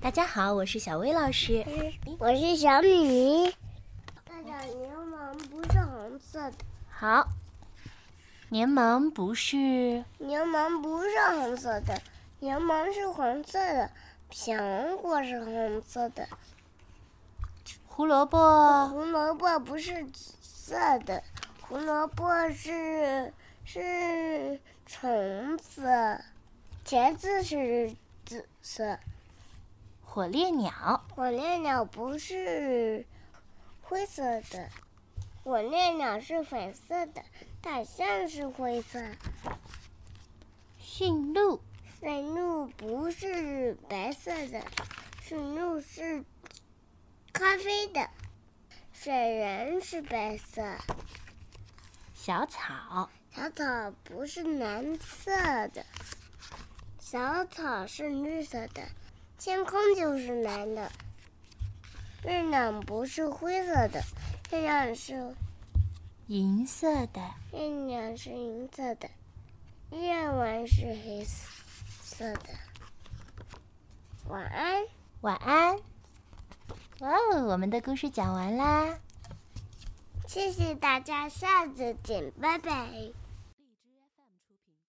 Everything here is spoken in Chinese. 大家好，我是小薇老师。我是小米。大家柠檬不是红色的，好，柠檬不是柠檬不是红色的，柠檬是红色的，苹果是红色的，胡萝卜，胡萝卜不是紫色的，胡萝卜是是橙色，茄子是紫色，火烈鸟，火烈鸟不是灰色的，火烈鸟是粉色的，大象是灰色，驯鹿，驯鹿不是白色的，驯鹿是咖啡的，水人是白色，小草，小草不是蓝色的，小草是绿色的，天空就是蓝的。月亮不是灰色的，月亮是银色的月亮是银色的，夜晚是黑色的。晚安。晚安。哇哦，我们的故事讲完啦。谢谢大家，下次见，拜拜。